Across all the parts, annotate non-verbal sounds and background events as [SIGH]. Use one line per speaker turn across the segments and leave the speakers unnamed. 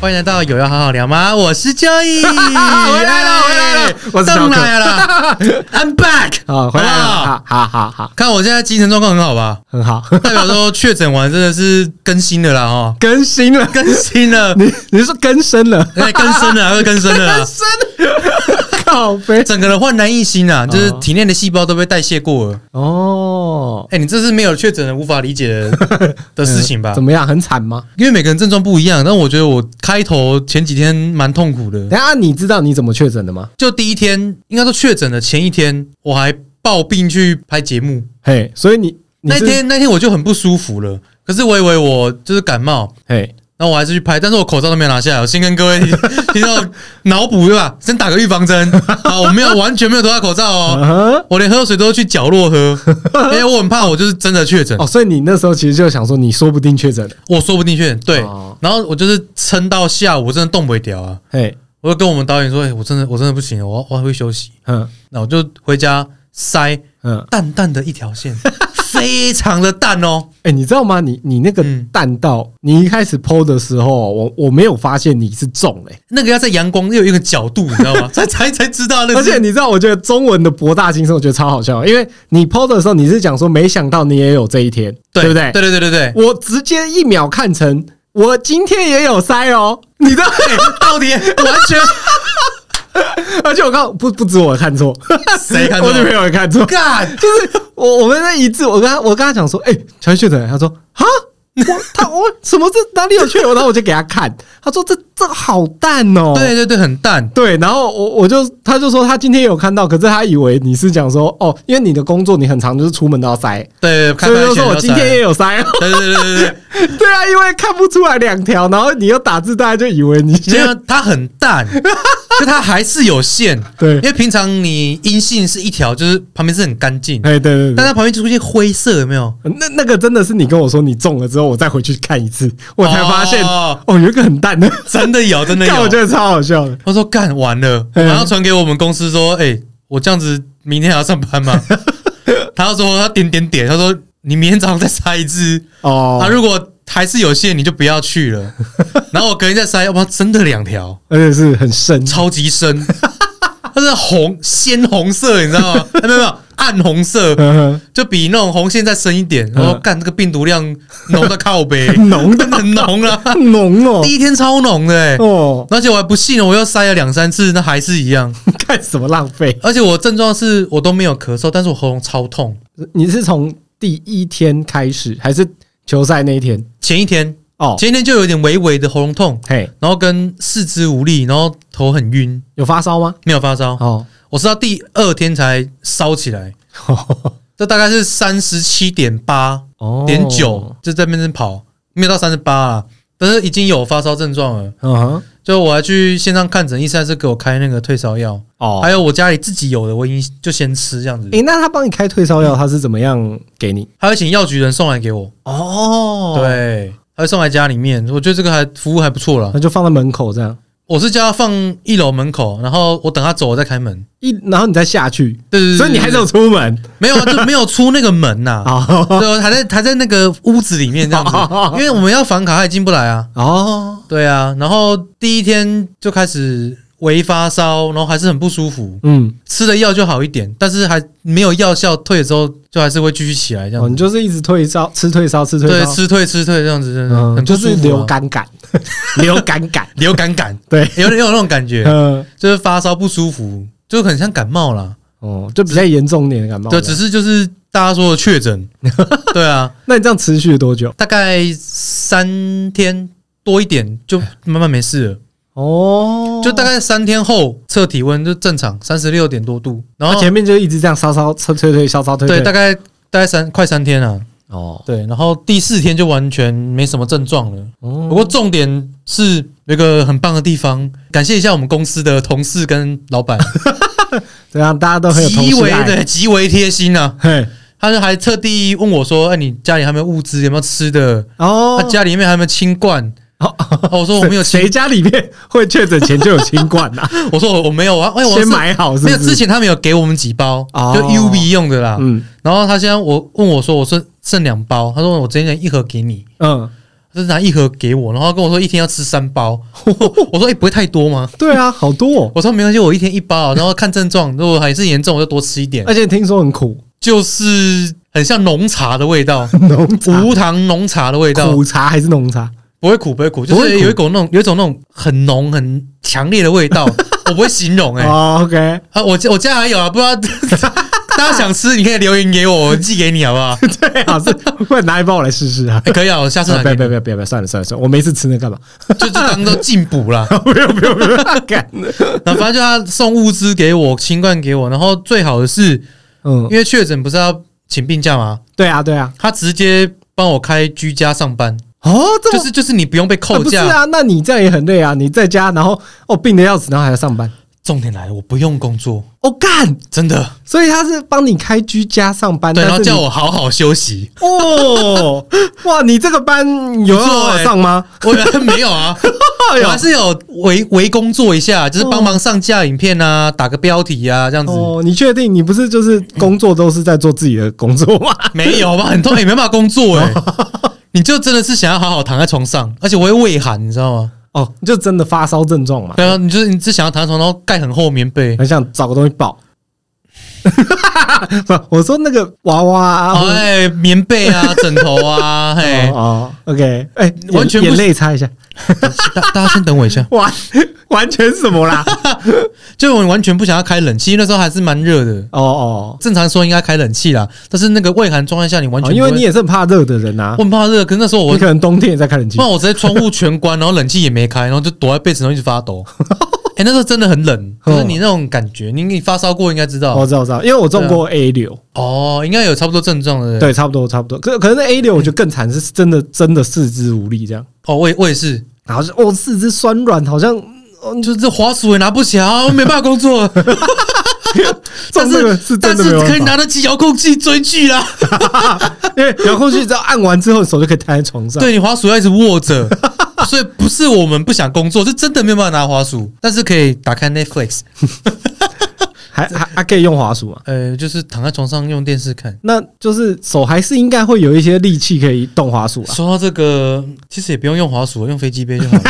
欢迎来到有要好好聊吗？我是 Joey，
[LAUGHS] 回来了回来了我是小
上
可
来
[LAUGHS]
了，I'm back，
啊，回来了，
好不好
好好好好，
看我现在精神状况很好吧？
很好， [LAUGHS]
代表说确诊完真的是更新的啦哦，
更新了， [LAUGHS]
更新了，
你你是说更生了？
哎，更生
[LAUGHS]
了，会更生了啦，
生，靠背
整个人焕然一新啊，就是体内的细胞都被代谢过了。
哦，
哎，你这是没有确诊的无法理解
[LAUGHS]
的的事情吧
嗯怎？么样？很惨吗？
因为每个人症状不一样，但我觉得我开头前几天蛮痛苦的。
等一下啊你知道你怎么确诊的吗？
就第一天，应该说确诊的前一天，我还抱病去拍节目。
嘿，所以你你
那
是
天那天我就很不舒服了，可是我以为我就是感冒，
嘿，
然后我还是去拍，但是我口罩都没有拿下来。我先跟各 [LAUGHS] 位听到脑补对吧？先打个预防针啊！我没有完全没有脱下口罩哦，
嗯
我连喝水都去角落
[LAUGHS]
喝，因为我很怕我就是真的确诊，
哦，所以你那时候其实就想说，你说不定确诊了，
我说不定确诊。对
哦，
然后我就是撑到下午，我真的动不了啊！
嘿，
我就跟我们导演说：“哎、我真的我真的不行了，我要我要回去休息。
嗯”
那我就回家塞
嗯，
淡淡的一条
[LAUGHS]
线，非常的淡哦。
哎，你知道吗？你你那个
嗯
弹道，你一开始剖的时候，我我没有发现你是中哎，
那个要在阳光又有一个角度，你知
[LAUGHS]
道吗？才才才知道那个
而
是。
且你知道，我觉得中文的博大精深，我觉得超好笑，因为你 PO 的时候，你是讲说没想到你也有这一天，对不对？
对对对对对。
我直接一秒看成我今天也有塞哦，你知道？
哎到底完全
[LAUGHS] 而且我刚不不止我看错，
谁看错
我女朋友也看错，
干？
就是我我们那一致，我跟他我跟他讲说，哎、乔伊确诊，他说啊。我他我什么这哪里有确诊？然后我就给他看，他说这这好淡哦、
对对对，很淡。
对，然后我我就他就说他今天有看到，可是他以为你是讲说哦，因为你的工作你很常就是出门都要塞，
对，看
所以
拍
就
前
说我
要
今天
删
也有
[LAUGHS]
塞。哦
对对对对
[LAUGHS]
对对，
对啊，因为看不出来两条，然后你又打字，大家就以为你
这样它很
[LAUGHS]
淡，就它还是有线。
对
因为平常你阴性是一条，就是旁边是很干净，
哎，对对
但
对，
它旁边出现灰色，有没有？
那那个真的是你跟我说你中了之后，我再回去看一次，我才发现
哦
哦有一个很淡的，
真的有，
[LAUGHS]
真的
看我觉
有。
得超好笑的。
我说干完了，
嗯
然后传给我们公司说，哎，我这样子明天还要上班
[LAUGHS]
吗？他就说他点点点，他说你明天早上再塞一支。他、
哦，
啊如果还是有线，你就不要去
[LAUGHS]
了。然后我隔天再塞，哇，真的两条，
而且是很深，
超级
[LAUGHS]
深，它是红鲜红色，你知道吗？哎没有没有，暗红色，
嗯
就比那种红线再深一点。然后
嗯
干这个病毒量浓的靠北， [LAUGHS]
很浓的
很浓啦。
哼浓 [LAUGHS] 哦
第一天超浓的、欸，
哦， [LAUGHS]
而且我还不信，我又塞了两三次，那还是一样。
干什么浪费？
而且我症状是我都没有咳嗽，但是我喉咙超痛。
你是从第一天开始，还是球赛那一天？
前一天，
哦，
前一天就有点微微的喉咙痛，
嘿，
然后跟四肢无力，然后头很晕，
有发烧吗？
没有发烧。 [LAUGHS]
哦，
我是到第二天才烧起来，这大概是三十七点八
哦
点九，就在那边跑，没有到三十八啦，但是已经有发烧症状了。
嗯哼，
就我还去线上看诊，医生还是给我开那个退烧药，
哦
还有我家里自己有的，我已经就先吃这样子。
诶、那他帮你开退烧药，他是怎么样给你？
还有请药局人送来给我，
哦，，
对，还会送来家里面。我觉得这个还服务还不错啦。
那就放在门口这样
我是叫他放一楼门口，然后我等他走，我再开门。
一，然后你再下去，
对对对，
所以你还是有出门
没有啊？就没有出那个门
[LAUGHS]
呐、
哦
对，还在还在那个屋子里面这
[LAUGHS]
样子，因为我们要房卡，他也进不来啊。
哦，
对啊，然后第一天就开始微发烧，然后还是很不舒服，
嗯，
吃了药就好一点，但是还没有药效退了之后，就还是会继续起来这
哦，
样
你
子。
就是一直退烧，吃退烧，吃退
对，
烧，
吃退吃退这样子，真的、
嗯，
很
就
不舒服
是
啊
流感感，流感感，
[LAUGHS] 流感感，
对，
有点有那种感觉，
[LAUGHS] 嗯，
就是发烧不舒服，就很像感冒啦。
哦，就比较严重一点的感冒。
对，只是就是大家说的确
[LAUGHS]
诊，对啊，
那你这样持续了多久？
大概三天多一点就慢慢没事了。
哎哦，
就大。概三天后测体温就正常，三十六点多度，然
然
后
后啊前面就一直这样烧烧退退退烧烧退退，
对，大概大概三快三天啊，
哦，
对，然后第四天就完全没什么症状了。
不
不过重点是有一个很棒的地方，感谢一下我们公司的同事跟老
[LAUGHS]
板，
这样啊大家都很有同
极
事
为
爱，
的极为贴心啊。
嘿，
他就还特地问我说：“哎，你家里还有没有物资？有没有吃的？他
哦，
家里面还有没有清罐？”
哦
哦 [LAUGHS] 我说我没有清
谁谁，家里面会确诊前就有新冠 [LAUGHS] 啊？
我说我我没有啊，哎，我是
先买好是不
没
是？
有，之前他们有给我们几包，
哦
就 U B 用的啦。
嗯
然后他现在我问我说，我剩剩两包，他说我之前一盒给你，
嗯，
他就拿一盒给我，然后他跟我说一天要吃三包。 [LAUGHS] 我说：“哎、不会太多吗
对啊，好多、？”哦，
我说：“没关系，我一天一包啊，然后看症状，如果还是严重，我就多吃一点。
而且听说很苦，”
就是很像浓茶的味道，
[LAUGHS] 浓茶、
无糖浓茶的味道，
哦苦茶还是浓茶？
不会苦，不会苦，
不
就
会
是
苦
有一股那种有一种那种很浓很强烈的味
[LAUGHS]
道，我不会形容哎、
哦，OK， [LAUGHS]
啊，我家我家还有啊，不知道大家想吃，你可以留言给我，我寄给你好不
[LAUGHS]
好？
对啊，是，不然拿一包我来试 [LAUGHS] 试啊。
哎可以啊，我下次
啊
拿给你
不要不要不要不要不要，算了算了算了，我每次吃那干嘛？ [LAUGHS]
就就当做进补啦。
不用不用不用，干，
然后反正就他送物资给我，新冠给我，然后最好的是，
嗯，
因为确诊不是要请病假吗？
对啊对啊，
他直接帮我开居家上班，
哦，这
就
么
是就是你不用被
啊
扣
不是
假。
啊？那你这样也很累啊！你在家，然后哦病得要死，然后还要上班，
重点来了，我不用工作，
哦干！
真的。
所以他是帮你开居家上班，
对，然
但
后
是
叫
你
我好好休息。
[LAUGHS] 哦，哇！你这个班有
不错
要
欸
上吗？
我原来没有啊，
[LAUGHS] 哎呦
我还是有围围工作一下，就是帮忙上架影片啊，打个标题啊，这样子。
哦，你确定你不是就是工作都是在做自己的工作吗？
[LAUGHS] 没有吧？很痛，也没办法工作 [LAUGHS] 哎、你就真的是想要好好躺在床上，而且我会畏寒，你知道吗？
[LAUGHS] 哦，就真的发烧症状嘛，
对啊，你就是你只想要躺在床上，然后盖很厚的棉被。
很想找个东西抱。 [LAUGHS] 不，我说那个娃娃啊，
哦
或者
哎，棉被 [LAUGHS] 啊，枕头啊，嘿
哦，哦，OK，哎、眼
完全不
眼泪擦一下，
大大家先等我一下。
完 [LAUGHS] 完全什么啦？
就我完全不想要开冷气，那时候还是蛮热的。
[LAUGHS] 哦哦，
正常说应该开冷气啦，但是那个畏寒状态下，你完全
哦，
不
因
会
为你也是很怕热的人啊
我，很怕热，可是那时候我哦
你可能冬天也在开冷气
不。然我直接窗户全关，然后冷气也没开，然后就躲在被子上一直发 [LAUGHS] 抖。哎、那时候真的很冷，就是你那种感觉，你你发烧过应该知道
我哦知道，我知道，因为我中过
啊
A 流，
哦，应该有差不多症状的。，
对，差不多，差不多。可可是那 A 流我觉得更惨，是真的真的四肢无力这样，
哦，我也我也是，
然后是哦四肢酸软，好像
就是这滑鼠也拿不起来啊，我没办法工
[LAUGHS]
作。但
中这个是
[LAUGHS] 但
真的没
是
有
可以
办法，
拿得起遥控器追剧啊啦。
因为遥控器只要按完之后，手就可以摊在床上。
对你滑鼠要一直握着，所以不是我们不想工作，是真的没有办法拿滑鼠，但是可以打开 Netflix，
还还还可以用滑鼠啊。
呃，就是躺在床上用电视看。
那就是手还是应该会有一些力气可以动滑鼠啊。
说到这个，其实也不用用滑鼠，用飞机杯就好
[LAUGHS]
了。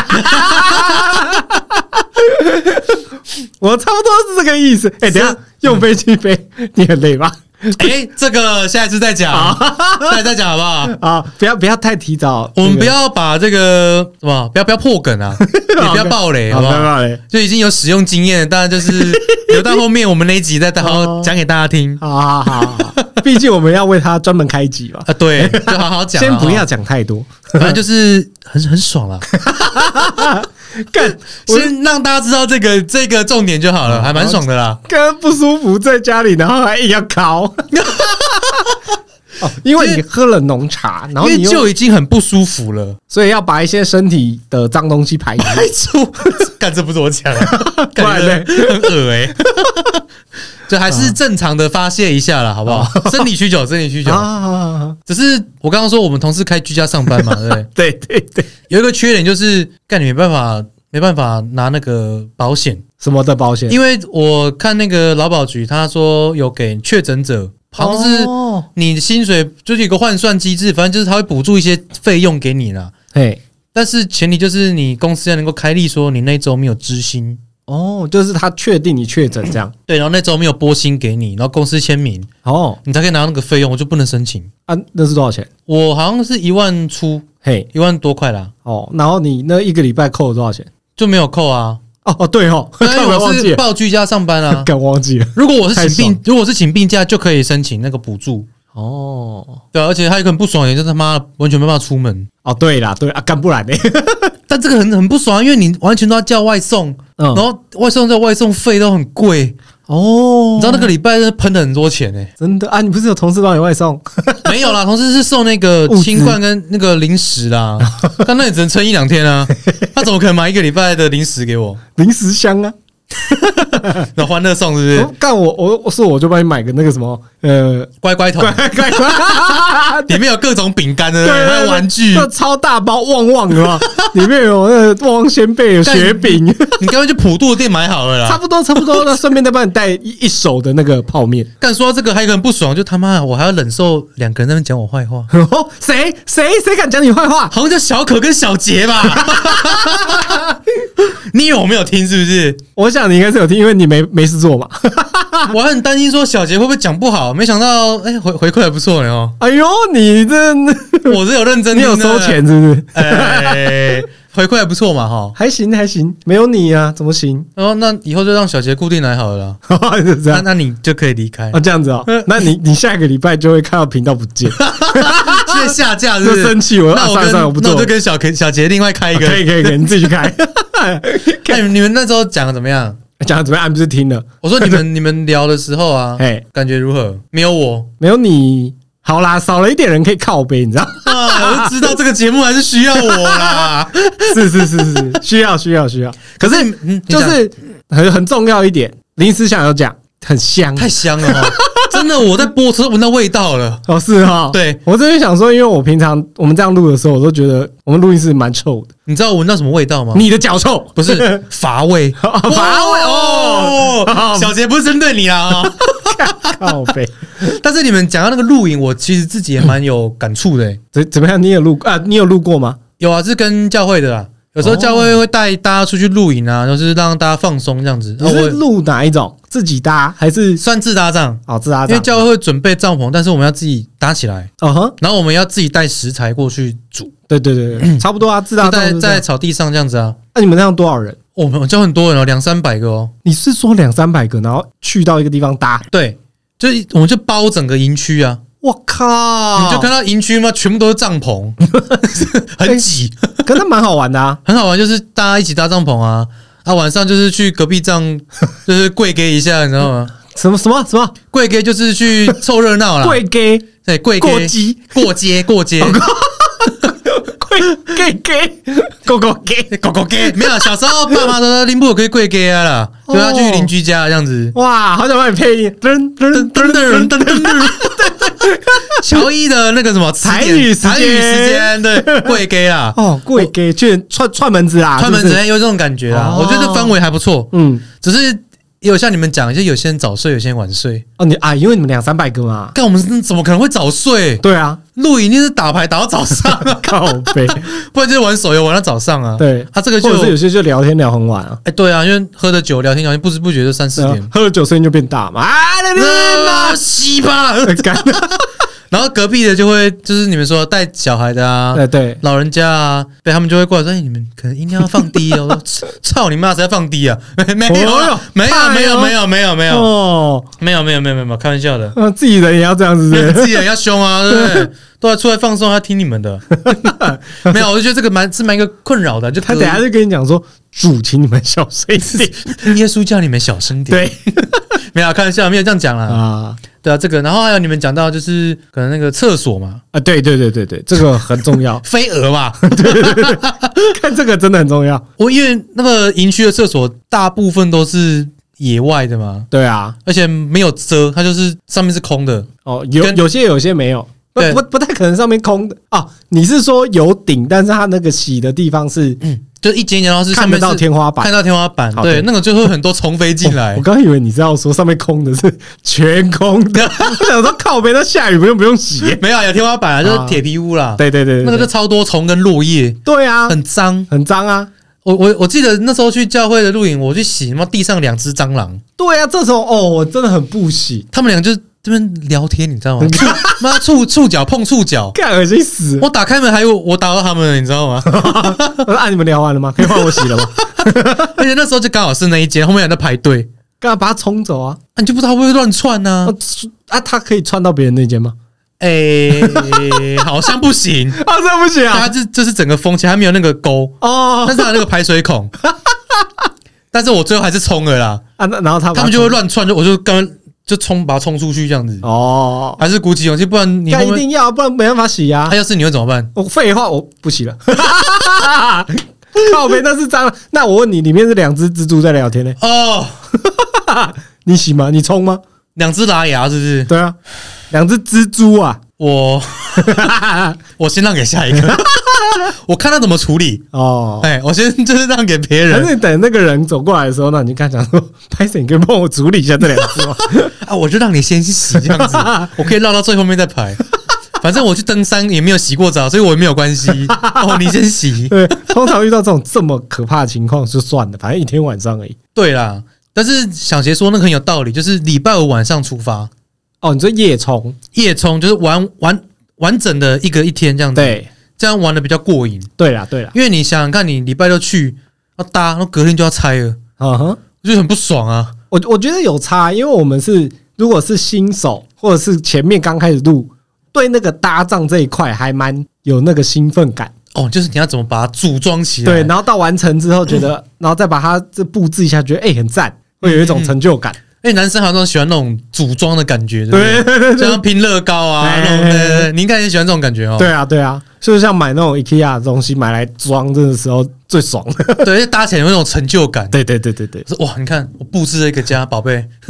我差不多是这个意思。哎、等一下用飞机飞，你很累吧？
哎、这个下一次再讲，下一次再讲好不好？
啊，不要不要太提早，
我们不要把这个什么，不要不要破梗
[LAUGHS]
啊，也不要爆雷，
那个
好不
好，不要不
好？
要嘞。
就已经有使用经验，当然就是
[LAUGHS]
留到后面我们那一集再好
哦
好讲给大家听
好啊好好好， [LAUGHS] 好毕竟我们要为他专门开集嘛。
啊。对，就好好讲，啊
先不要
好
讲啊太多，
不好，反正就是很很爽了。
干 [LAUGHS] 我
先让大家知道这个这个重点就好了，还蛮爽的啦。
刚不舒服，在家里，然后还硬要烤。 [LAUGHS] 哦，因为你喝了浓茶，然后
因
你
为
又
就已经很不舒服了，
所以要把一些身体的脏东西排除。
排除。 [LAUGHS] 干这不是我讲啊的，
[LAUGHS] 不
感
然嘞
觉很恶哎、
[LAUGHS]
欸。就还是正常的发泄一下啦，好不好？ [LAUGHS] 生理需求，生理需求。
哦啊，
只是我刚刚说我们同事开居家上班嘛，对不对？
对对对，
有一个缺点就是，干你没办法，没办法拿那个保险，
什么的保险？
因为我看那个劳保局他说有给确诊者，好像是
哦，
你薪水就是有个换算机制，反正就是他会补助一些费用给你啦。
嘿，
但是前提就是你公司要能够开立说你那周没有支薪，
哦，就是他确定你确诊这样。
对，然后那周没有拨薪给你，然后公司签名，
哦，
你才可以拿到那个费用，我就不能申请。
啊，那是多少钱？
我好像是一万出，
嘿，
一万多块啦，
哦，然后你那一个礼拜扣了多少钱？
就没有扣
[LAUGHS]
啊。
哦哦，对哦， [LAUGHS]
因为
我
我
忘记
是
了，
报居家上班
[LAUGHS]。
啊
敢忘记了。
如果我是
太
请
爽
病，如果是请病假，就可以申请那个补助。
哦
对啊、而且还有一个很不爽的点，就是他妈完全没办法出门。
哦，对啦，对啊，干不然呢？
但这个很很不爽，因为你完全都要叫外送，
嗯
然，后外送这外送费都很贵，
[LAUGHS] 哦
你知道那个礼拜真的喷了很多钱
[LAUGHS]
哎、
真的啊？你不是有同事帮你外送？ [LAUGHS]
没有啦，同事是送那个
物资
清罐跟那个零食
[LAUGHS]
啦，但那也只能撑一两天啊，他怎么可能买一个礼拜的零食给我？
零食箱啊，
那欢乐颂是不
我
是？
干我我我是我就帮你买个那个什么呃，
乖乖桶
乖乖乖，
里面有各种饼干的，
[LAUGHS] 对对
还有玩具。
那超大包旺旺的嘛，里面有那个旺旺仙贝有
干
雪饼，
你干脆去普渡店买好了
[LAUGHS] 差
啦。
不多差不多。那顺便再帮你带一一手的那个泡面。 [LAUGHS]
但说到这个，还有一个人不爽，就他妈我还要忍受两个人在那边讲我坏话，
哦，谁谁谁敢讲你坏话？
好像叫小可跟小杰吧？ [LAUGHS] 你有没有听？是不是？
我想你应该是有听，因为你没没事做嘛。 [LAUGHS]
我还很担心说小杰会不会讲不好，没想到哎、回回馈还不错呢哦。
哎呦，你这
我是有认真
[LAUGHS] 你
听的，
有收钱是不是？
哎，回馈还不错嘛哈。
还行还行，没有你啊，怎么行？ [LAUGHS]
然后那以后就让小杰固定来好了啦，
是这
那
样
那你就可以离开
啊，，这样子哦。那你你下个礼拜就会看到频道不 [LAUGHS] 见，
现在下架是不？
就是生气我
那
啊
我
算了
跟
算了，我不做
那我
了
就。跟小小杰另外开一个。
可以可以可以，你自己去 [LAUGHS] 开。
哎，你们那时候讲的怎么样？
讲得怎么样？俺不是听了，
我说你们你们聊的时候啊，
哎，
感觉如何？没有我，
没有你好啦，少了一点人可以靠背，你知道？
啊，我就知道这个节目还是需要我啦。
是是是是是， [LAUGHS] 需要需要需要，
可是你嗯你
就
讲
是很很重要一点。临时想要讲，很香，
太香了 [LAUGHS] 哦，真的，我在播的时候闻到味道了。
哦是哈、哦。
对，
我这边想说，因为我平常我们这样录的时候，我都觉得我们录音室蛮臭的。
你知道我闻到什么味道吗？
你的脚臭
不 [LAUGHS] 是乏味，
哦乏味哦
哇 [LAUGHS] 小杰不是针对你啦、哦，
靠背，
[LAUGHS] 但是你们讲到那个露营，我其实自己也蛮有感触的、欸。
怎怎么样？你有录啊？你有录过吗？
有啊，是跟教会的啦。有时候教会会带大家出去露营啊，就是让大家放松这样子。
你
然后
是
我
录哪一种？自己搭还是
算自搭帐，
哦自搭
因为
帐？
教会会准备帐篷，但是我们要自己搭起来，
哦哼，
然后我们要自己带食材过去煮，
对对对对，差不多啊，自搭
嗯就
帐
在
是这样
在草地上这样子啊。
那、你们那样多少人？
我们教很多人哦，两三百个哦。
你是说两三百个，然后去到一个地方搭？
对，就是我们就包整个营区啊，
我靠！
你就看到营区吗？全部都是帐篷， [LAUGHS] 很挤，
可是蛮好玩的啊。
很好玩，就是大家一起搭帐篷啊。啊，晚上就是去隔壁帐， [LAUGHS] 就是跪给一下，你知道吗？
什么什么什么
跪给就是去凑热闹啦，
贵 gay
对跪啊给
过激
过街哦过街，
贵 gay gay 狗狗 gay
狗狗给哎没有，小时候爸妈说林布可以跪给啊啦，
哦
就要去邻居家这样子。
哇，好想帮你配音，噔噔
噔
噔
噔
噔
噔噔噔， [LAUGHS] 乔伊的那个什么词典
台语时间
台语时间，对跪给啦，
哦，贵 gay 去串串门子啊，
串门
是不
子
是
有这种感觉啊，
哦
我觉得氛围还不错。
嗯，
只是也有像你们讲，就有些人早睡，有些人晚睡。
哦你啊，因为你们两三百个嘛，
但我们怎么可能会早睡？
对啊，，
露营一定是打牌打到早上啊 [LAUGHS]
靠背，
不然就是玩手游玩到早上啊。
对
[LAUGHS] 他、这个
或者是有
就
些就聊天聊很晚啊，
哎，对啊，因为喝着酒聊天聊天，不知不觉就三四
然
点
后。 [LAUGHS] 喝了酒声音就变大嘛，啊，那边
那稀巴， [LAUGHS]
[LAUGHS] 干，
然后隔壁的就会就是你们说带小孩的啊，
对对，
老人家啊，对他们就会过来说：“哎，你们可能音量要放低哦。”我说操你妈，谁要放低啊？ [LAUGHS] 没有啊，没有，
哎
没有，
呦
没有，没有，没有，没有，
哦，
没有，没有，没有，没有，开玩笑的。
呃自己人也要这样，是不是？
自己人要凶啊，对不对？都要出来放松，还要听你们的。没有，我就觉得这个蛮是蛮一个困扰的。就
[LAUGHS] 他等下就跟你讲说，主，请你们小声一点。
耶稣叫你们小声点，
对
对，没有开玩笑，没有这样讲啦。
啊
对啊，这个，然后还有你们讲到就是可能那个厕所嘛，，
啊，对对对对对，这个很重要
[LAUGHS] 飞蛾嘛。
看这个真的很重要。
我因为那个营区的厕所大部分都是野外的嘛，
对啊，
而且没有遮，它就是上面是空的，
哦，有
跟
有些有些没有，不
对
不不太可能上面空的哦。你是说有顶，但是它那个洗的地方是
嗯，就一间一间，然后是上
看得
面
到
是
天花
看
板？
到天花板，
好
对，
对哦
那个就会很多虫飞进来
[LAUGHS] 我。刚以为你是要说上面空的是全空
[LAUGHS]
的，我想说靠北，那下雨不用不用洗。
没有啊，有天花板啊，就是
啊
铁皮屋啦。
对对对对，
那个就
对
超多虫跟落叶，
对啊，
很脏。
很脏啊。
我我我记得那时候去教会的露营，我去洗，妈地上两只蟑螂，
对啊，这时候哦，我真的很不洗，
他们俩就这边聊天，你知道吗？
嗯
触 [LAUGHS] 妈触触角碰触角，
干恶心死 [LAUGHS] 了。
我打开门还有我打到他们了，你知道
[LAUGHS]
吗？
我说啊，你们聊完了吗？可以换我洗了吗？
[LAUGHS] 而且那时候就刚好是那一间，后面还在排队，
干嘛把它冲走啊？
啊、你就不知道会不会乱窜呢、啊
啊？啊，他可以穿到别人那间吗？ [LAUGHS]
哎、好像不行，
啊，这不行
它！这就是整个封起来，它没有那个沟，
哦
但是它有那个排水
[LAUGHS]
孔。但是我最后还是冲了啦，
啊，那然后他
他们就会乱窜，就我就刚就冲把它冲出去这样子。
哦，
还是鼓起勇气，不然你
那
后
一
面啊哎
定要，不然没办法洗呀啊
他。要是你会怎么办？
我废话，我不洗了。 [LAUGHS] 靠背那是蟑螂。那我问你，里面是两只蜘蛛在聊天呢、
哦，
你洗吗？你冲吗？
两只拉牙是不是？
对啊，两只蜘蛛啊！ [LAUGHS]
我我先让给下一个， [LAUGHS] 我看他怎么处理。
哦，
哎，我先就是让给别
反
人
正等那个人走过来的时候，那你就跟他讲说：“ [LAUGHS] 拍谁？你可以帮我处理一下这两只 [LAUGHS] 吗
啊，我就让你先洗这样子，我可以绕到最后面再排。反正我去登山也没有洗过澡，所以我也没有关系。哦，你先？”洗。
[LAUGHS] 对，通常遇到这种这么可怕的情况就算了，反正一天晚上而已。
对啦，但是小杰说那个很有道理，就是礼拜五晚上出发，
哦，你说夜冲？
夜冲就是玩玩完整的一个一天这样子，
对，
这样玩的比较过瘾。
对啦，对啦，
因为你想想看，你礼拜六去要搭，那隔天就要拆了，
嗯哼。
我就很不爽啊。
我我觉得有差，因为我们是如果是新手或者是前面刚开始录，对那个搭帐这一块还蛮有那个兴奋感。
哦，就是你要怎么把它组装起来？
对，然后到完成之后，觉 [LAUGHS] 得然后再把它这布置一下，觉得哎、很赞，会有一种成就感。
因哎为男生好像都喜欢那种组装的感觉，对不 [LAUGHS] 对？
对对对
就像拼乐高啊，
哎
那种对对对，你应该也喜欢这种感觉哦。
对啊对啊，就是像买那种 IKEA 的东西买来装这个时候最爽。
对，就搭起来有那种成就感。
对对对对对，
说哇，你看我布置了一个家，宝贝，
[LAUGHS]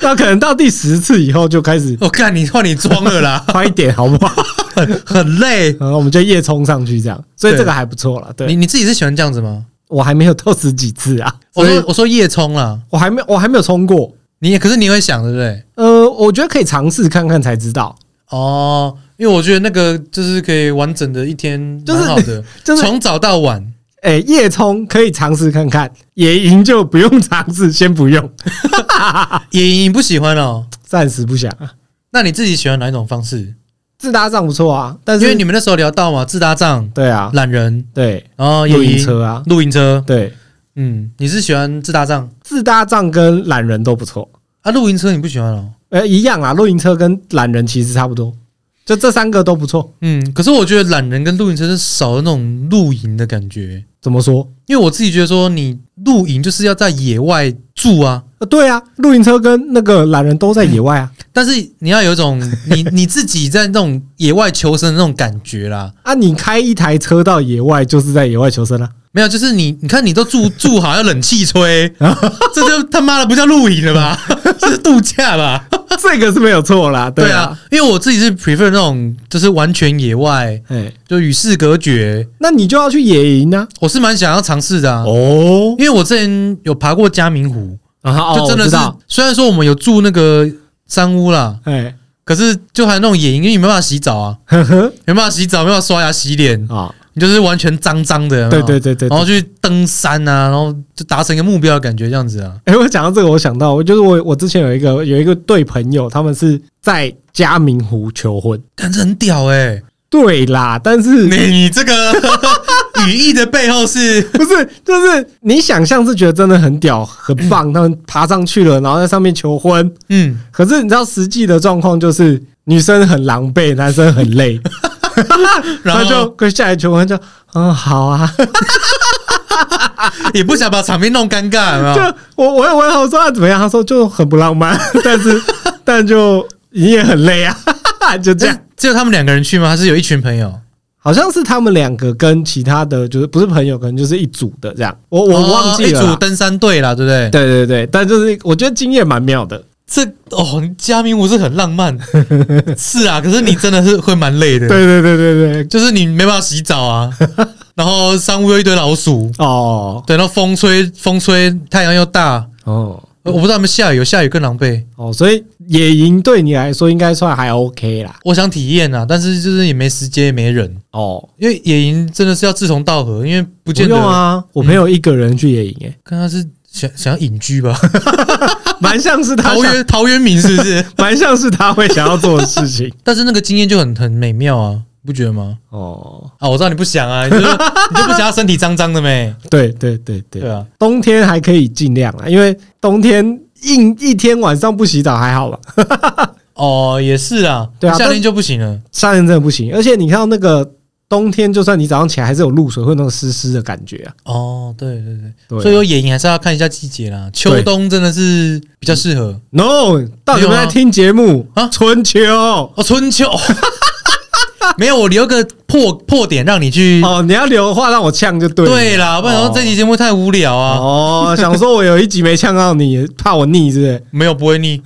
那可能到第十次以后就开始，
我看你换你装了啦
[LAUGHS] 快一点好不好？
很很累。
然后我们就夜冲上去这样，所以
对
这个还不错了。
你
对，
你自己是喜欢这样子吗？
我还没有到十几次啊，
我
所以
说我说夜冲啦，
我还没我还没有冲过。
你也可是你会想对不对？
呃，我觉得可以尝试看看才知道，
哦，因为我觉得那个就是可以完整的一天，
就是
蛮好的，
[LAUGHS] 就是
从早到晚。
哎、夜冲可以尝试看看，野营就不用尝试，先不用， [LAUGHS]
野营你不喜欢哦？
暂时不想啊。
那你自己喜欢哪一种方式？
自搭帐不错啊，但
因
是
为你们那时候聊到嘛，自搭帐、
对啊，
懒人，
对
然后野
露
营
营、车啊，
露营车。
对，
嗯，你是喜欢自搭帐
自搭帐跟懒人都不错，
啊？露营车你不喜欢哦？
呃，一样啊，露营车跟懒人其实差不多，就这三个都不错。
嗯，可是我觉得懒人跟露营车是少了那种露营的感觉，
怎么说？
因为我自己觉得说，你露营就是要在野外住啊，
呃，对啊，露营车跟那个懒人都在野外啊， [COUGHS]
但是你要有一种 [LAUGHS] 你你自己在那种野外求生的那种感觉啦。
啊，你开一台车到野外就是在野外求生啊。
没有，就是你，你看你都住 [LAUGHS] 住好要冷气吹，这就他妈的不叫露营了吧？ [LAUGHS] 这是度假吧？
[LAUGHS] 这个是没有错啦，
对
啊
啊，，因为我自己是 prefer 那种就是完全野外，
哎、
就与世隔绝，
那你就要去野营啊，
我是蛮想要尝试的啊。
哦，
因为我之前有爬过嘉明湖，
然后
就真的是、虽然说我们有住那个山屋啦，
哎，
可是就还有那种野营，因为你没办法洗澡啊，
呵呵
没办法洗澡，没办法刷牙洗脸，
啊，
你就是完全脏脏的。有没
对
有
对对对。
然
对
后去登山啊，然后就达成一个目标的感觉，这样子啊。
哎，我讲到这个，我想到，就是我我之前有一个有一个对朋友，他们是在嘉明湖求婚。
感觉很屌哎、
对啦，但是
你你这个 [LAUGHS] 语义的背后是
[LAUGHS] 不是就是你想象是觉得真的很屌很棒，他们爬上去了，然后在上面求婚。
嗯，
可是你知道实际的状况就是女生很狼狈，男生很累，
[LAUGHS] 然
他就
后
跟下来求婚就嗯好啊，
也不想把场面弄尴尬，有没有？
就我我也问他我说、啊、怎么样，他说就很不浪漫， [LAUGHS] 但是但就你也很累啊， [LAUGHS] 就这样
这。只有他们两个人去吗？还是有一群朋友？
好像是他们两个跟其他的就是不是朋友，可能就是一组的这样。我我忘记
哦
了
一
啦、
组登山队啦，对不对？
对对对，但就是我觉得经验蛮妙的。
这哦，嘉明湖是很浪 [LAUGHS] 漫，是啊，可是你真的是会蛮累的，
对，对对对对，
就是你没办法洗澡 [LAUGHS] 啊，然后山屋又一堆老鼠，
哦
对，然后风吹风吹，太阳又大，
哦
呃我不知道有没有下雨，有下雨更狼狈。
哦，所以野营对你来说应该算还 OK 啦。
我想体验啊，但是就是也没时间，也没人。
哦，
因为野营真的是要志同道合，因为不
不
见得
用，啊，我朋友一个人去野营、欸，
看他是想想要隐居 [LAUGHS] 吧，
嗯 [LAUGHS] 蛮像是他
陶
想，
渊陶渊明是不 [LAUGHS] 是？
蛮像是他会想要做的事情。
但是那个经验就很很美妙啊，不觉得吗？
[LAUGHS] 哦，
啊，我知道你不想啊，你
[LAUGHS]
就你就不想要身体脏脏的没？
对对对对，
对啊，
冬天还可以尽量啊，因为冬天一一天晚上不洗澡还好吧。
哦，也是啊，
对啊
夏
但
天就不行了。
夏天真的不行，而且你看到那个冬天，就算你早上起来还是有露水，会有那种湿湿的感觉啊。
哦，对对对，
对啊
所以有野营还是要看一下季节啦，秋冬真的是比较适合
啊 No，到底有没有在听节目
啊
[LAUGHS] 春秋，
哦，春秋。没有，我留个破破点让你去。
哦，你要留话让我呛就对了。
对啦，不然说这期节目太无聊啊。
哦，想说我有一集没呛到你，怕我腻是不是？
没有不会
[LAUGHS]
腻。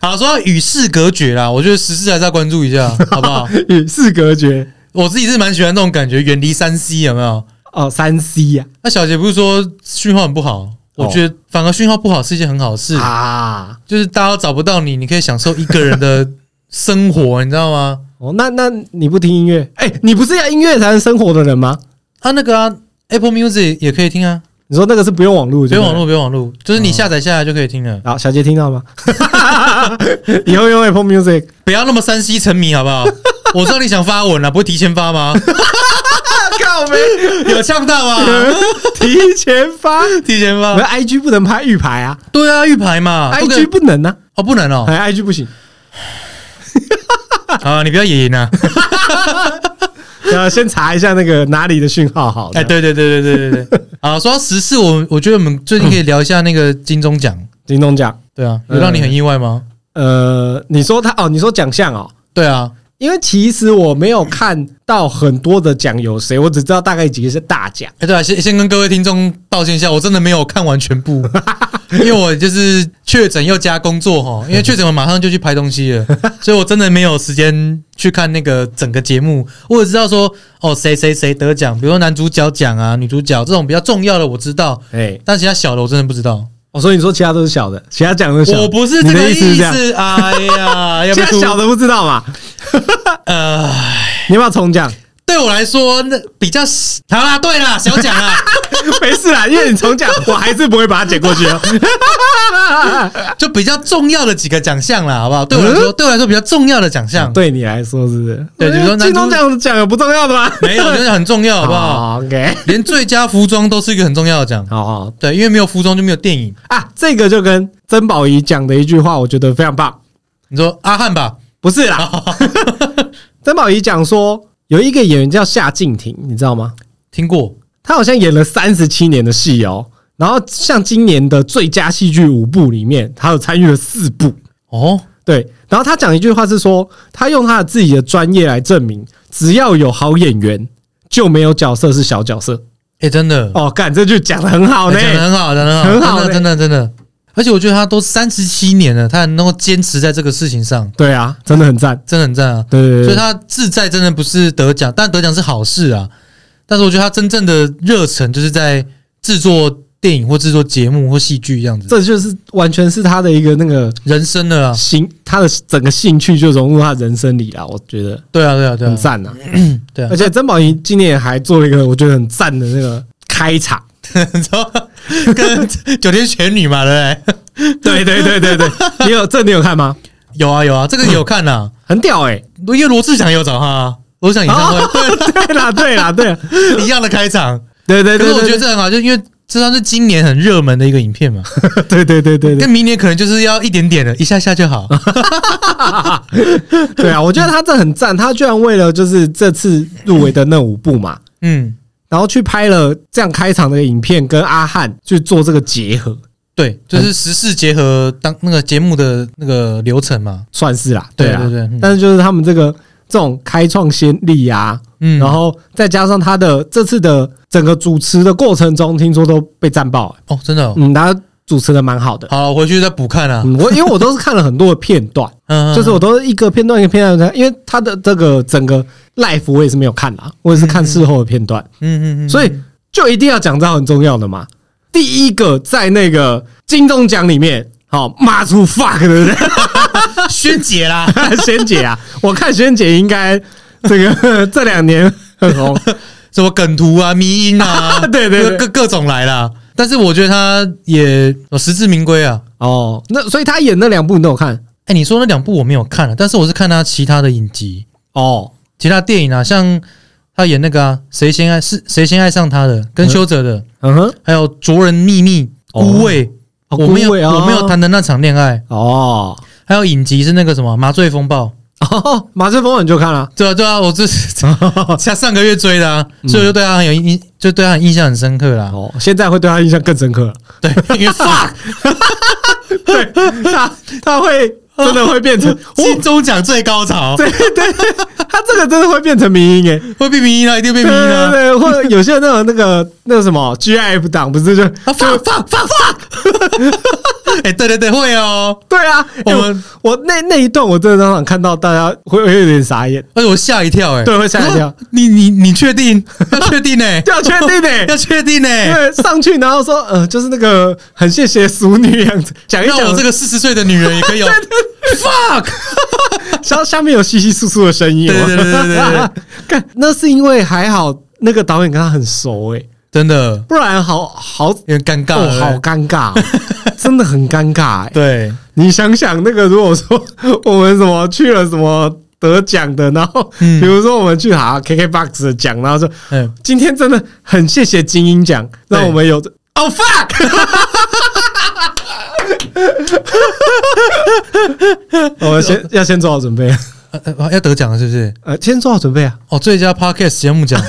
好，说到与世隔绝啦，我觉得时事还是要关注一下，好不
[LAUGHS]
好？
与世隔绝
我自己是蛮喜欢这种感觉，远离三 C 有没有？
哦，三 C 呀
那小杰不是说讯号很不好？我觉得反而讯号不好是一件很好的事，
啊，
就是大家都找不到你，你可以享受一个人的 [LAUGHS] 生活，你知道吗？
哦，那那你不听音乐？哎、你不是要音乐才能生活的人吗？
啊，那个啊，Apple Music 也可以听啊，
你说那个是不用网络，
不用网。络，不用网络，就是你下载下来就可以听了，
好，小杰听到吗？ [LAUGHS] 以后用 Apple Music
不要那么三 C 沉迷，好不好？我知道你想发文啊了，不会提前发吗？
靠没
有呛到吗？
提前发，
提前
我们
发？
IG 不能拍预排啊
对啊，预排嘛不可以
，IG 不能啊，
哦，不能
[LAUGHS]
哦，
哎，IG 不行。
啊，你不要野淫啊！
要先查一下那个哪里的讯号好。
哎，，对对对对对对对，啊，说到时事，我我觉得我们最近可以聊一下那个金钟奖，
金钟奖，
对啊，有让你很意外吗？
呃，你说他哦，你说奖项哦，
对啊，
因为其实我没有看到很多的奖有谁，我只知道大概几个是大奖。
哎，对啊，先先跟各位听众道歉一下，我真的没有看完全
[LAUGHS]
部，因为我就是确诊又加工作哈，因为确诊我马上就去拍东西了，所以我真的没有时间去看那个整个节目。我只知道说哦，谁谁谁得奖，比如说男主角奖啊、女主角这种比较重要的我知道，
哎，
但其他小的我真的不知道。
我说你说其他都是小的，其他奖都是小的，
我不是这
你
个
的
意
意是这样。
思，哎
[LAUGHS]
呀，要
其
不
他
要哭？
小的不知道嘛？
呃，
你要不要重讲？
对我来说，那比较好啦，对啦，小奖啊啦。
[LAUGHS] 没事啦，因为你重讲，我还是不会把它剪过去哦。
就比较重要的几个奖项啦，好不好？对我来说，对我来说比较重要的奖项，
[LAUGHS] 嗯对你来说是不是？哎
对比如说男主
金钟奖奖有不重要的吗？
没有真的很重要，好不好？
哦？OK，
连最佳服装都是一个很重要的奖，
好好
对，因为没有服装就没有电影。
啊，这个就跟曾宝仪讲的一句话，我觉得非常棒。
你说阿汉吧，
不是 [LAUGHS] 啦，曾宝仪讲说有一个演员叫夏静婷，你知道吗？
听过
他好像演了三十七年的戏哦。然后像今年的最佳戏剧五部里面，他有参与了四部。
哦？
对，然后他讲一句话是说，他用他的自己的专业来证明，只要有好演员，就没有角色是小角色。
哎、真的，
哦，干，这句讲的很好
欸
呢。
讲的很好，讲的
很好
真的
嘞
真的真的。而且我觉得他都三十七年了，他还能够坚持在这个事情上，
对啊，真的很赞。
真的很赞啊！
对对对，
所以他自在真的不是得奖，但得奖是好事啊。但是我觉得他真正的热忱就是在制作电影或制作节目或戏剧这样子，
这就是完全是他的一个那个
人生的啊，
兴，他的整个兴趣就融入他人生里了。我觉得
对啊，对啊，对
很
啊，
赞呐、
对啊
而。且曾宝仪今年还做了一个我觉得很赞的那个开场。
你 [LAUGHS] 知道跟九天玄女嘛，对不对？ [LAUGHS]
[LAUGHS] 对对对对对，你有这你有看吗？
有啊有啊，这个有看
[COUGHS]
呐、
很屌哎、
因为罗志祥也有找他、啊，罗志祥演唱会、
对啦对啦对啦，
对一 [LAUGHS] 样的开场。
对哦 [LAUGHS] 对对
可
对
是我觉得
对
这很好，就因为这算是今年很热门的一个影片嘛，
对对对 [LAUGHS] 对对啊
但明年可能就是要一点点的，一下下就好。
对啊，我觉得他这很赞，他居然为了就是这次入围的那五部嘛，
嗯，
然后去拍了这样开场的影片，跟阿汉去做这个结合，
对，就是时事结合当那个节目的那个流程嘛。
算是啦，
对
啊，
对对嗯
但是就是他们这个这种开创先例啊，
嗯，
然后再加上他的这次的整个主持的过程中，听说都被赞爆、
哦，真的、哦，
嗯，他主持的蛮好的，
好，我回去再补看啊。
嗯，我因为我都是看了很多的片段，
嗯，
就是我都是一个片段一个片段的，因为他的这个整个 life 我也是没有看啦，我也是看事后的片段，
嗯，嗯嗯嗯，
所以就一定要讲到很重要的嘛。第一个在那个金钟奖里面，好骂出 fuck 的人
宣姐啦，
萱姐啊，我看萱姐应该这个这两年很红，
[LAUGHS] [LAUGHS] 什么梗图啊、迷音
[LAUGHS]
啊，
对对对
[LAUGHS] 各各各种来啦。但是我觉得他也有实至名归啊。
哦，那所以她演那两部你都有看
哎、你说那两部我没有看了，啊但是我是看他其他的影集、
哦，
其他电影啊，像他演那个啊，谁先爱是谁先爱上他的，跟修哲的，
嗯哼，
还有卓人秘密、
哦
孤味，
哦
我没有、
孤味哦
我没有谈的那场恋爱，
哦。
还有影集是那个什么麻醉风暴。
哦，马振峰你就看了，
对啊，对啊，我这
[LAUGHS]
下上个月追的啊，
嗯
所以我就对他很有印，就对他很印象很深刻啦。
哦，现在会对 [LAUGHS] 他印象更深刻了。
对，因为 fuck，
对，他他会真的会变
[LAUGHS]
成，
金
我
钟奖最高潮
对对，他这个真的会变成迷因哎、
会被迷音了，一定被
对
迷音啊
对
了。
对，
[LAUGHS]
或者有些那个那个那个什么 GIF 档不是就
啊，放放放放！ [LAUGHS] 哎，对对对，会哦。
对啊，
我
欸我
们
我那那一段我真的当场看到大家会会有点傻眼，
而且我吓一跳，哎，
对，会吓
[LAUGHS]
一跳
啊，。你你你确
[LAUGHS]
定？要确定呢？
要确定欸
[LAUGHS] 要确定呢？哎
对，上去然后说，呃，就是那个很谢谢俗女样子，讲一
让我
讲 [LAUGHS]
这个四十岁的女人也可以有哦 fuck。
下下面有稀稀疏疏的声音，
对对对对对对
[LAUGHS]
对，
看那是因为还好那个导演跟他很熟哎、
真的
不然好好
有点尴尬
哦，好
了。哎
尴尬 [LAUGHS] 哦，真的很尴尬哎、
对，
你想想，那个如果说我们什么去了什么得奖的，然后
嗯
比如说我们去好 KKBOX 的奖，然后说
嗯，
今天真的很谢谢金鹰奖，让我们有
哦 fuck，
[LAUGHS] 我们 [LAUGHS] 先要先做好准备，
呃呃要得奖了是不是？
呃，先做好准备啊，
哦，最佳 podcast 节目
[LAUGHS]
奖，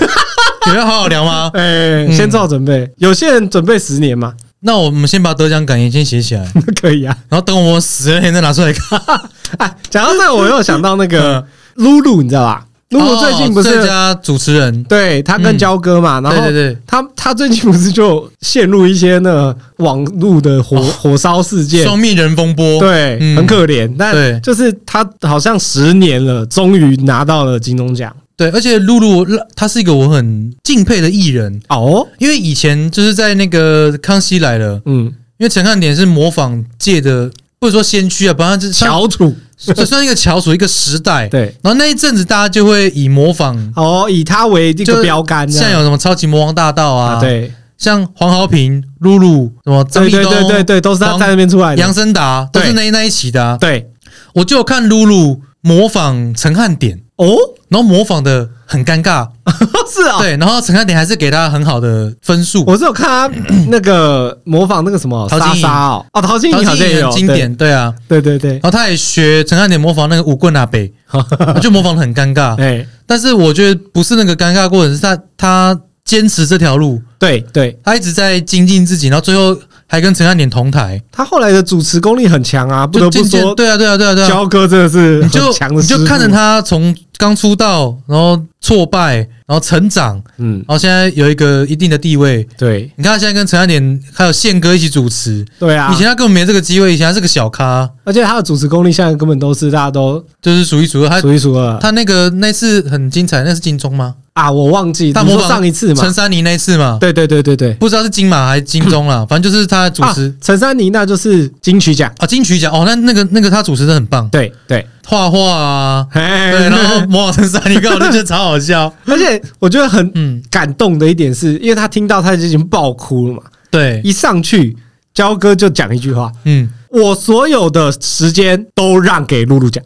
有要好好聊吗？
哎，先做好准备。有些人准备十年嘛， [LAUGHS]
那我们先把得奖感言先写起来，
可以啊。
然后等我们死了再拿出来看。
[LAUGHS] 哎，讲到这个，我又想到那
[LAUGHS]
个露露，你知道吧？露露最近
嗯
不
哦最
是
佳主持人，
对他跟焦哥嘛，然后
嗯对对对
他他最近不是就陷入一些那个网路的火火烧事件，
双面人风波，
对，
嗯
很可怜。
对
但就是他好像十年了，终于拿到了金钟奖
对，而且露露她是一个我很敬佩的艺人，
哦，
因为以前就是在那个《康熙来了》，
嗯，
因为陈汉典是模仿界的，或者说先驱啊，反正是
翘楚
这算一个翘楚，一个时代。
对。
然后那一阵子，大家就会以模仿，
哦，以他为一
就
个标杆这
像
样，
有什么超级魔王大道啊，
啊，，对
像黄豪平、露露、什么张
对
立
对
东、
对对对，都是他
黄
在那边出来
杨
的，
森达，都
对
是那那一期的、啊。
对
我就有看露露模仿陈汉典，
哦，
然后模仿的很尴尬，
[LAUGHS] 是啊，
对，然后陈汉典还是给他很好的分数。
我是有看他那个模仿那个什么
陶晶
莎
莹
莎哦，哦，陶晶莹好像也有
很经，典，对啊，
对对对
然，后他也学陈汉典模仿那个舞棍阿
[LAUGHS]
北，他就模仿的很尴尬。
哎，
但是我觉得不是那个尴尬过程，是他他坚持这条路，
对对，
他一直在精进自己，然后最后还跟陈汉典同台，
他后来的主持功力很强啊，不
就
得不
渐渐
说，
对啊，对啊，对啊，对啊，
焦哥真的是
你
很
就
强的
你
师
就
傅
看着，他从刚出道，然后挫败，然后成长，
嗯
然，后现在有一个一定的地位。
对
你看他现在跟陈汉典还有宪哥一起主持，
对啊
以，前他根本没这个机会，以前他是个小咖，
而且他的主持功力现在根本都是大家都
就是数一数二。他
数一数二
他那个那次很精彩，那是金钟吗？
啊，我忘记，
他
你
模
说
仿
上一次嘛
陈，珊妮那一次嘛，
对对对对对，
不知道是金马还是金钟啦，反正就是他主持
嗯啊陈珊妮那就是金曲奖，
啊金曲奖哦，那那个那个他主持的很棒，
对对，
画画啊，对，
对
然后模仿陈珊妮，刚好就觉得超好笑，
[LAUGHS] 而且我觉得很
嗯，
感动的一点是，因为他听到他就已经爆哭了嘛。
对，
一上去，焦哥就讲一句话：
嗯，
我所有的时间都让给露露讲。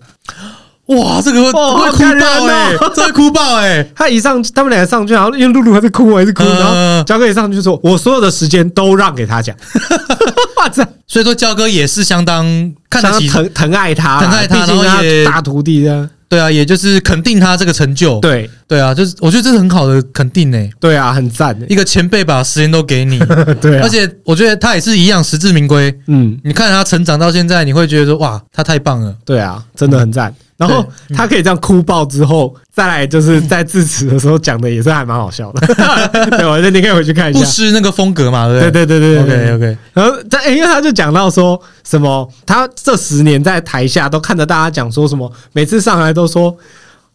哇，这个会
哦
会
好
哭
感人
爆
哦
哎，这会哭爆哎，
他一上，他们俩上去，然后因为露露还在哭，我还是哭，
嗯
然后焦哥一上去就说：“我所有的时间都让给
[LAUGHS]
他讲。”哇塞，
所以说焦哥也是相当看
想
得
要
起，
疼疼爱他啦，
疼爱他
毕竟
然后也
他大徒弟这样。
对啊，也就是肯定他这个成就，
对
对啊，就是我觉得这是很好的肯定哎，
对啊，很赞 [LAUGHS] 欸。
一个前辈把时间都给你，
[LAUGHS] 对啊
而，且我觉得他也是一样实至名归。
嗯，
你看他成长到现在，你会觉得说哇，他太棒了。
对啊，真的很赞。然后
对嗯
他可以这样哭爆之后，再来就是在致辞的时候讲的也是还蛮好笑的。 [LAUGHS] 对，我觉得你可以回去看一
不
下。
失那个风格嘛，对不
对
对？
对对对对
OK
对
OK，
然后他、欸因为他就讲到说什么，他这十年在台下都看着大家讲说什么，每次上来都说。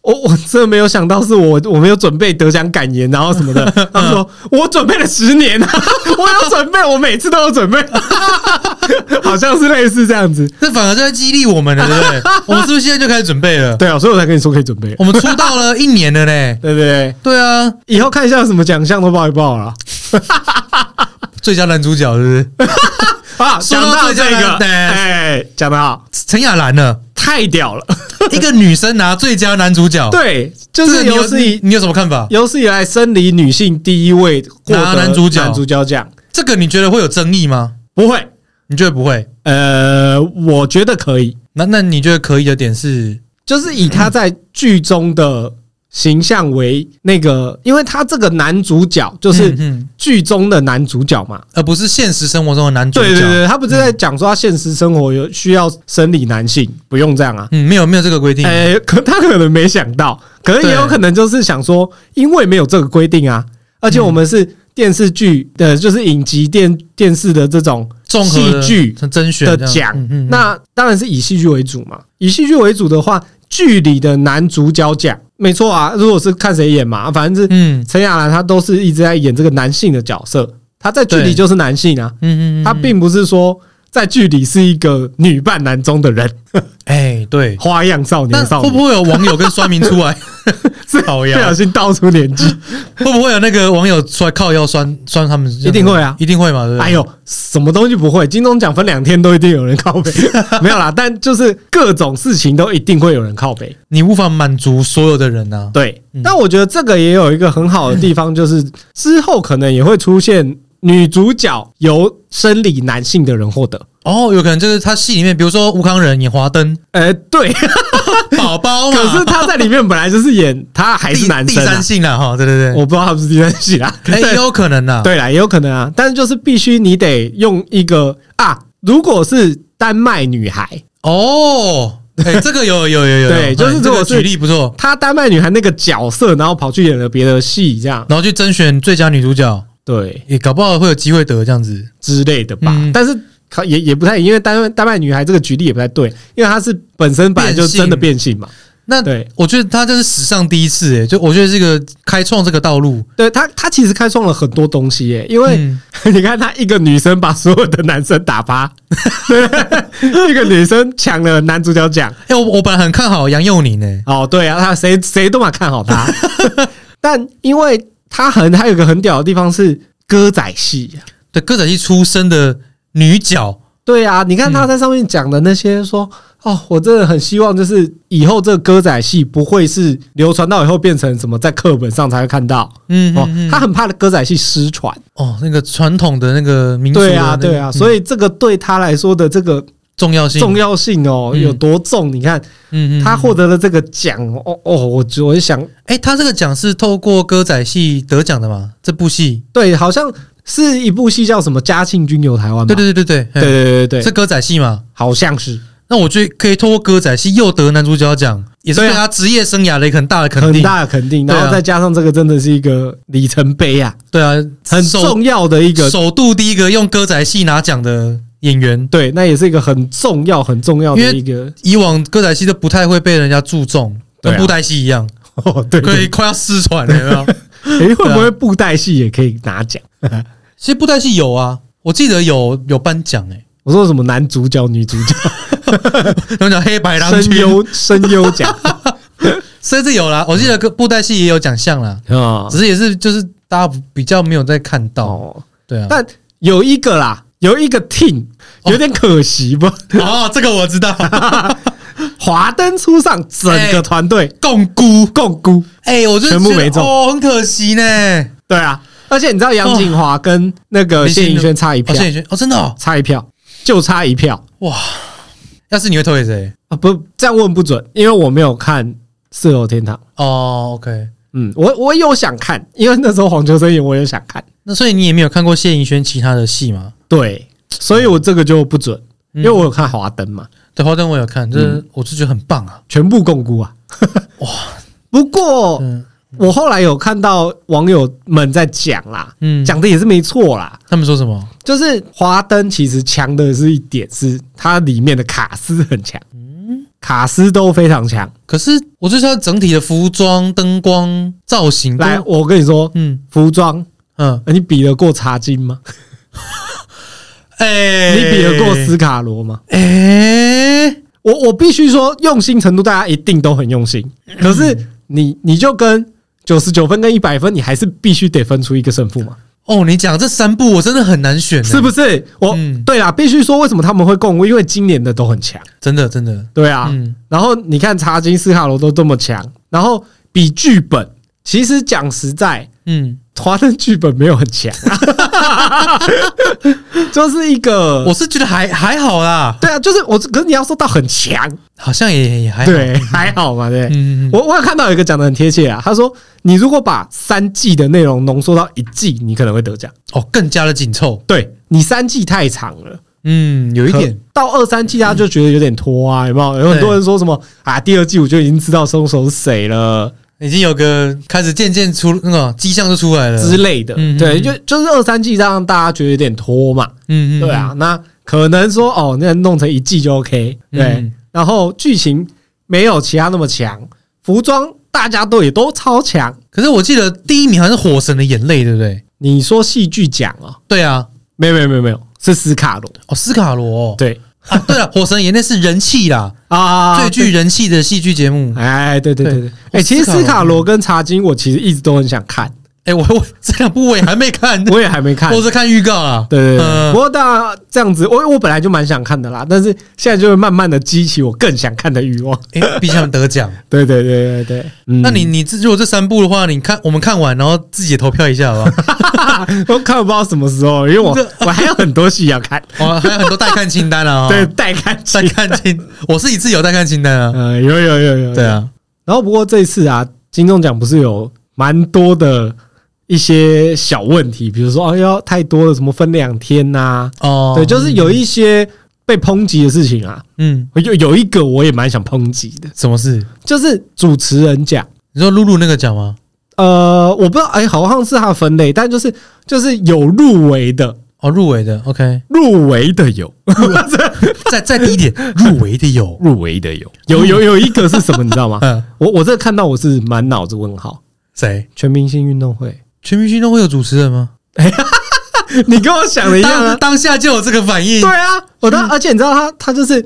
我 [LAUGHS] 我真的没有想到是我我没有准备得奖感言，
[LAUGHS]
然后什么的。他说我准备了十年、啊， [LAUGHS] 我有准备，我每次都有准备， [LAUGHS] 好像是类似这样子。
这反而就在激励我们了，对不对？我们是不是现在就开始准备了？
对啊，所以我才跟你说可以准备。
我们出道了一年了呢。
对对对，
对啊，
以后看一下有什么奖项都报一报啦。
最佳男主角是不是？
啊，
说
讲
到
到
最佳
这个，
男对
哎，讲得好，
陈雅兰呢？
太屌了。
一个女生拿最佳男主角，，
对，就
哦这个
是
你有
有史以
你你有什么看法？
有史以来生理女性第一位获
拿
得
男主角
男主角奖，
这个你觉得会有争议吗？
不会。
你觉得不会？
呃，我觉得可以，
那那你觉得可以的点是，
就是以他在剧中的形象为那个，因为他这个男主角就是
嗯嗯
剧中的男主角嘛。
而不是现实生活中的男主角。
对对对，他不是在讲说他现实生活有需要生理男性，不用这样啊。
嗯，没有没有这个规定。
哎、可他可能没想到，可能也有
对
可能就是想说，因为没有这个规定啊，而且我们是电视剧的，就是影集电电视的这种
综合的
戏剧
甄选
的
这样
奖
嗯嗯，
那当然是以戏剧为主嘛。以戏剧为主的话，剧里的男主角奖，没错啊。如果是看谁演嘛，反正是
嗯
陈亚兰，她都是一直在演这个男性的角色，她在剧里
对
就是男性啊，
嗯嗯嗯，
她并不是说。在剧里是一个女扮男装的人，
哎对，
花样少年
但
少
会
女
不会有网友跟酸民出 [LAUGHS] 来靠
不小
腰？
心道出年
[LAUGHS]
纪，
会不会有那个网友出来靠腰酸酸他们？
一定会啊
一定会嘛，对不对？
哎呦，什么东西不会？金钟奖分两天都一定有人靠
[LAUGHS]
背，没有啦，但就是各种事情都一定会有人靠背。
你无法满足所有的人呐、
对，
嗯
但我觉得这个也有一个很好的地方， [LAUGHS] 就是之后可能也会出现女主角由生理男性的人获得。
哦，有可能就是他戏里面，比如说吴康仁演华灯
呃，对，
宝宝嘛，哎
可是他在里面本来就是演，他还是男
第
生、
第
啊
三，性了哈，对对对，
我不知道他不是第三系 [LAUGHS] 啦。
哎、也
对
有可能呐、
对啦，也有可能啊，但是就是必须你得用一个啊，如果是丹麦女孩，
哦， [LAUGHS] 哎、这个有有有有，
对
有
就是
哎
如
这
果
个
是
举例不错，
她丹麦女孩那个角色，然后跑去演了别的戏，这样
然后去甄选最佳女主角，
对
也搞不好会有机会得这样子。
之类的吧。
嗯
但是可也也不太，因为丹麦丹麦女孩这个举例也不太对，因为她是本身本来就真的变性嘛。
那
对，
我觉得他这是史上第一次、哎，就我觉得这个开创这个道路，
对她她其实开创了很多东西耶、因为、
嗯
[LAUGHS] 你看她一个女生把所有的男生打趴，对 [LAUGHS] 一个女生抢了男主角奖。
哎、我我本来很看好杨佑宁欸诶，
哦，对啊，他谁谁都嘛看好他， [LAUGHS] 但因为他很还有一个很屌的地方是歌仔戏，
对，歌仔戏出身的女角，
对啊，你看他在上面讲的那些说，哦，我真的很希望就是以后这个歌仔戏不会是流传到以后变成什么在课本上才会看到
嗯
哦
嗯，嗯
他很怕歌仔戏失传，
哦，那个传统的那个民俗的
对
那
啊，
个
对啊，
嗯
所以这个对他来说的这个
重要性
重，要性哦
嗯
有多重？你看
嗯嗯，
他获
或
得了这个奖，哦哦，我就我就想，
哎、他这个奖是透过歌仔戏得奖的嘛？这部戏，
对，好像是一部戏叫什么《嘉庆君游台湾》嘛，
对对对对
啊
嘿
对对对对
是
对，
歌仔戏嘛？
好像是
那我觉得可以透过歌仔戏又得男主角奖，也是
对啊
对他职业生涯的一个很大的肯
很
定。
大的肯定，
对啊
然后再加上这个真的是一个里程碑啊，
对啊，
很
首
重要的一个
首度第一个用歌仔戏拿奖的演员，
对，那也是一个很重要很重要的一个 [LAUGHS]
以往歌仔戏都不太会被人家注重，
对啊
跟布袋戏一样，
哦，对
可
对
以，啊快要失传了，有没有？ [LAUGHS]
诶，会不会布袋戏也可以拿奖？
其实布袋戏有啊，我记得有有颁奖哎，
我说什么男主角、女主
[LAUGHS]
角、
有讲黑白郎
声
君，
优、声优奖
[LAUGHS] 甚至有啦，我记得布袋戏也有奖项啦，
啊
只是也是就是大家比较没有在看到，
哦，
对啊。
但有一个啦，有一个 team 有点可惜吧，
[LAUGHS] 哦，这个我知道，
华灯初上，整个团队
共辜，
共估，
哎，我就
全部
觉得
没中
哦，很可惜呢。
对啊，而且你知道杨锦华跟那个谢颖轩差一
哦，
票
谢，颖轩，哦，真的哦，
差一票，就差一票
哇！要是你会投给谁？
啊！不，这样问不准，因为我没有看《四楼天堂》。
哦，OK，
嗯，我我有想看，因为那时候黄秋生演，我也想看。
那所以你也没有看过谢盈萱其他的戏吗？
对，所以我这个就不准，
嗯
因为我有看华灯嘛，
对，花灯我有看，
嗯
就是我是觉得很棒啊。
全部共
[LAUGHS]
估啊。哇！不过
嗯
我后来有看到网友们在讲啦，
嗯，
讲的也是没错啦。
他们说什么？
就是华灯其实强的是一点是它里面的卡斯很强，
嗯
卡斯都非常强。
可是我就是要整体的服装、灯光、造型都
来，我跟你说，
嗯
服装呃
嗯，
你比得过茶金吗？
哎、
你比得过斯卡罗吗？
哎、
我我必须说，用心程度大家一定都很用心，
嗯
可是你你就跟九十九分跟一百分，你还是必须得分出一个胜负嘛，
哦，你讲这三部我真的很难选、
是不？是？我、
嗯
对啦，必须说为什么他们会共舞，因为今年的都很强，
真的真的，
对啊。
嗯
然后你看查金斯卡罗都这么强，然后比剧本，其实讲实在，
嗯，
华灯剧本没有很强，啊就是一个 [LAUGHS]
我是觉得还还好啦。
对啊，就是我，可是你要说到很强，
好像也也还好。
对，还好嘛，对。
嗯，嗯，嗯
我我有看到有一个讲的很贴切啊，他说你如果把三季的内容浓缩到一季，你可能会得奖。
哦，更加的紧凑。
对你三季太长了，
嗯，有一点
可到二三季大家就觉得有点拖啊，有没有？有很多人说什么啊，第二季我就已经知道凶手是谁了
已经有个开始渐渐出那个迹象就出来了。
之类的
嗯嗯，
对，
嗯
就就是二三季让大家觉得有点拖嘛，
嗯嗯，
对啊，那可能说哦，那弄成一季就 OK，
嗯，
对，然后剧情没有其他那么强，服装大家都也都超强。
可是我记得第一名好像是《火神的眼泪》，对不对？
你说戏剧奖哦，
对啊，
没有没有没有没有，是斯卡罗。
哦，斯卡罗、哦。
对
啊，对了，《火神的眼泪》是人气啦，
[LAUGHS] 啊
最具人气的戏剧节目。
哎，对对对对，哎，
哦
其实
斯卡
斯
罗
卡罗跟茶金，我其实一直都很想看，
哎、我我这两部我也还没看，
[LAUGHS] 我也还没看。
我是看预告啊。
对对对，
嗯
不过当然这样子，我我本来就蛮想看的啦，但是现在就会慢慢的激起我更想看的欲望。
哎、
[LAUGHS]
毕竟他们得奖。
对对对对对，嗯
那你你这如果这三部的话，你看我们看完，然后自己也投票一下好
[LAUGHS]
不好？
我看不到什么时候，因为我我还有很多戏要看，
哦，还有很多待看清单啊、哦。
[LAUGHS] 对，，待看
待
期。
看清，我是一次有待看清单啊。
呃，有有有有，
对。啊，
然后不过这一次啊，金钟奖不是有蛮多的一些小问题，比如说哎呦太多了，什么分两天呐、
哦，
对，就是有一些被抨击的事情啊。
嗯，
有有一个我也蛮想抨击的，
什么事？
就是主持人奖。
你说露露那个奖吗？
呃，我不知道，哎、好像是他的分类，但就是就是有入围的，
哦，入围的，OK，
入围的有，
再再低一点，入围的
[LAUGHS]
有，？
入围的有，有有有一个是什么，你知道吗 [LAUGHS]
嗯，
我我这看到我是满脑子问号，
谁？
全明星运动会，
全明星都会有主持人吗？
你跟我想的一样啊
当，当下就有这个反应
对啊，我当而且你知道他他就是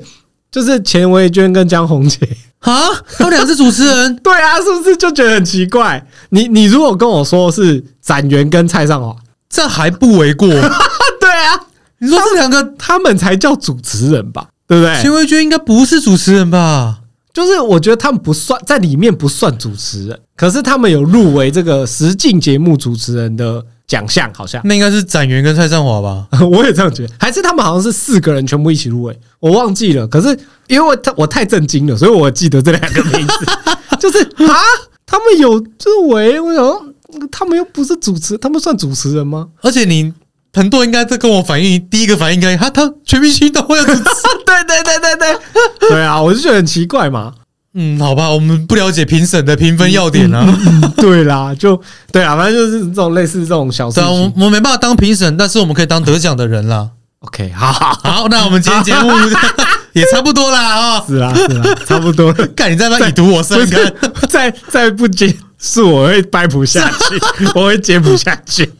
就是钱维娟跟江宏杰，
啊！他们俩是主持人
对啊，是不是就觉得很奇怪？你你如果跟我说是展元跟蔡尚华， [LAUGHS]
这还不为过。
对啊，
你说这两个
他们才叫主持人吧，对不
钱
对？
维娟应该不是主持人吧？
就是我觉得他们不算在里面不算主持人，可是他们有入围这个实境节目主持人的奖项，好像
那应该是展元跟蔡尚华吧？
[LAUGHS] 我也这样觉得，还是他们好像是四个人全部一起入围，我忘记了。可是因为我太我太震惊了，所以我记得这两个名字，就是啊，他们有入围，我想说他们又不是主持，他们算主持人吗？
而且你很多人应该在跟我反映，第一个反应应该他他全明星都会有主持人。
对对对对对，对啊，我就觉得很奇怪嘛。 [LAUGHS]
嗯，好吧，我们不了解评审的评分要点啊。
对啦，就对啊，反正就是这种类似这种小事
对啊，我
情
们。我们没办法当评审，但是我们可以当得奖的人啦。
OK，好好好，
好，那我们今天节目也差不多啦啊、哦！
是啦是啦，差不多了。
看你在那以毒我
不
身，
是
看，
再再不结束，我会掰不下去，我会接不下去。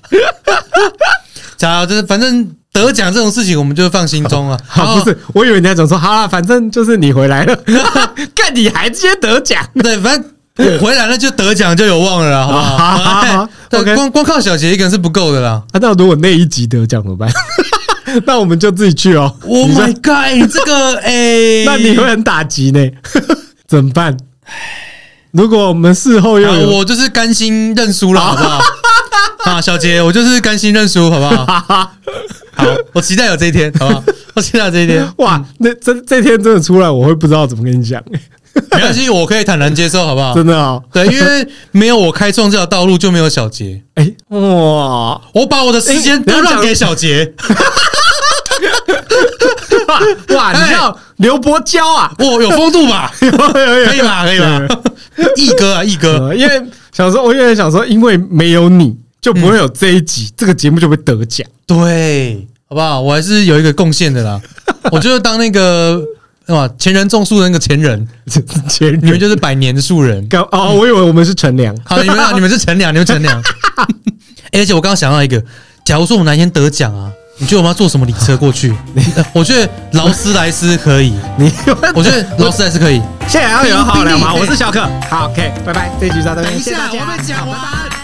假如就是反正得奖这种事情，我们就放心中啊。
[LAUGHS] 好，
然后
不是，我以为你要讲说，好啦，反正就是你回来了， [LAUGHS] 干你还直接得奖，
对，反正。我回来了就得奖就有望了啦，好不好？
好好好 [LAUGHS]
哎对，
OK
光光靠小杰一个人是不够的啦。
啊那如果那一集得奖怎么办？ [LAUGHS] 那我们就自己去哦。
Oh
你说
my god！你这个哎，
[LAUGHS] 那你会很打击呢， [LAUGHS] 怎么办？如果我们事后又
啊
有，
我就是甘心认输
[LAUGHS]
了，好不好？啊，小杰，我就是甘心认输，好不
[LAUGHS]
好？好，我期待有这一天，好不好？我期待有这一
[LAUGHS]
天，
哇，那这这天真的出来，我会不知道怎么跟你讲，
没关系，我可以坦然接受，好不好？
真的哦。
对，因为没有我开创这条道路，就没有小杰。
哎，
[LAUGHS]
哇，
我把我的时间都让给小杰，，
哇，你叫刘伯娇啊
[LAUGHS] 我有风度吧？
有有有
哎可以吧？可以吧？毅哥啊，毅哥，
呃， [LAUGHS] 因为想说，我原来想说，因为没有你，就不会有这一
嗯
集，这个节目就会得奖。
对，好不好？我还是有一个贡献的
[LAUGHS]
啦。我就是当那个啊前人种树的那个前人，
前
你们
就
就是百年树人。
刚哦，我以为我们是乘凉，
好，你们啊，你们是乘凉，你们乘
[LAUGHS]
凉。欸而且我刚刚想到一个，假如说我们哪一天得奖啊，你觉得我们要坐什么礼车过
[LAUGHS]
去？呃我觉得劳斯莱斯可以，
你 [LAUGHS]
我觉得劳斯莱斯可以。
哎现在要有好好聊吗？
宾利 [LAUGHS]
我是小可，好，OK，拜拜，这局到这边，
等一
谢谢大
下，
家
我还没讲
好拜拜
完。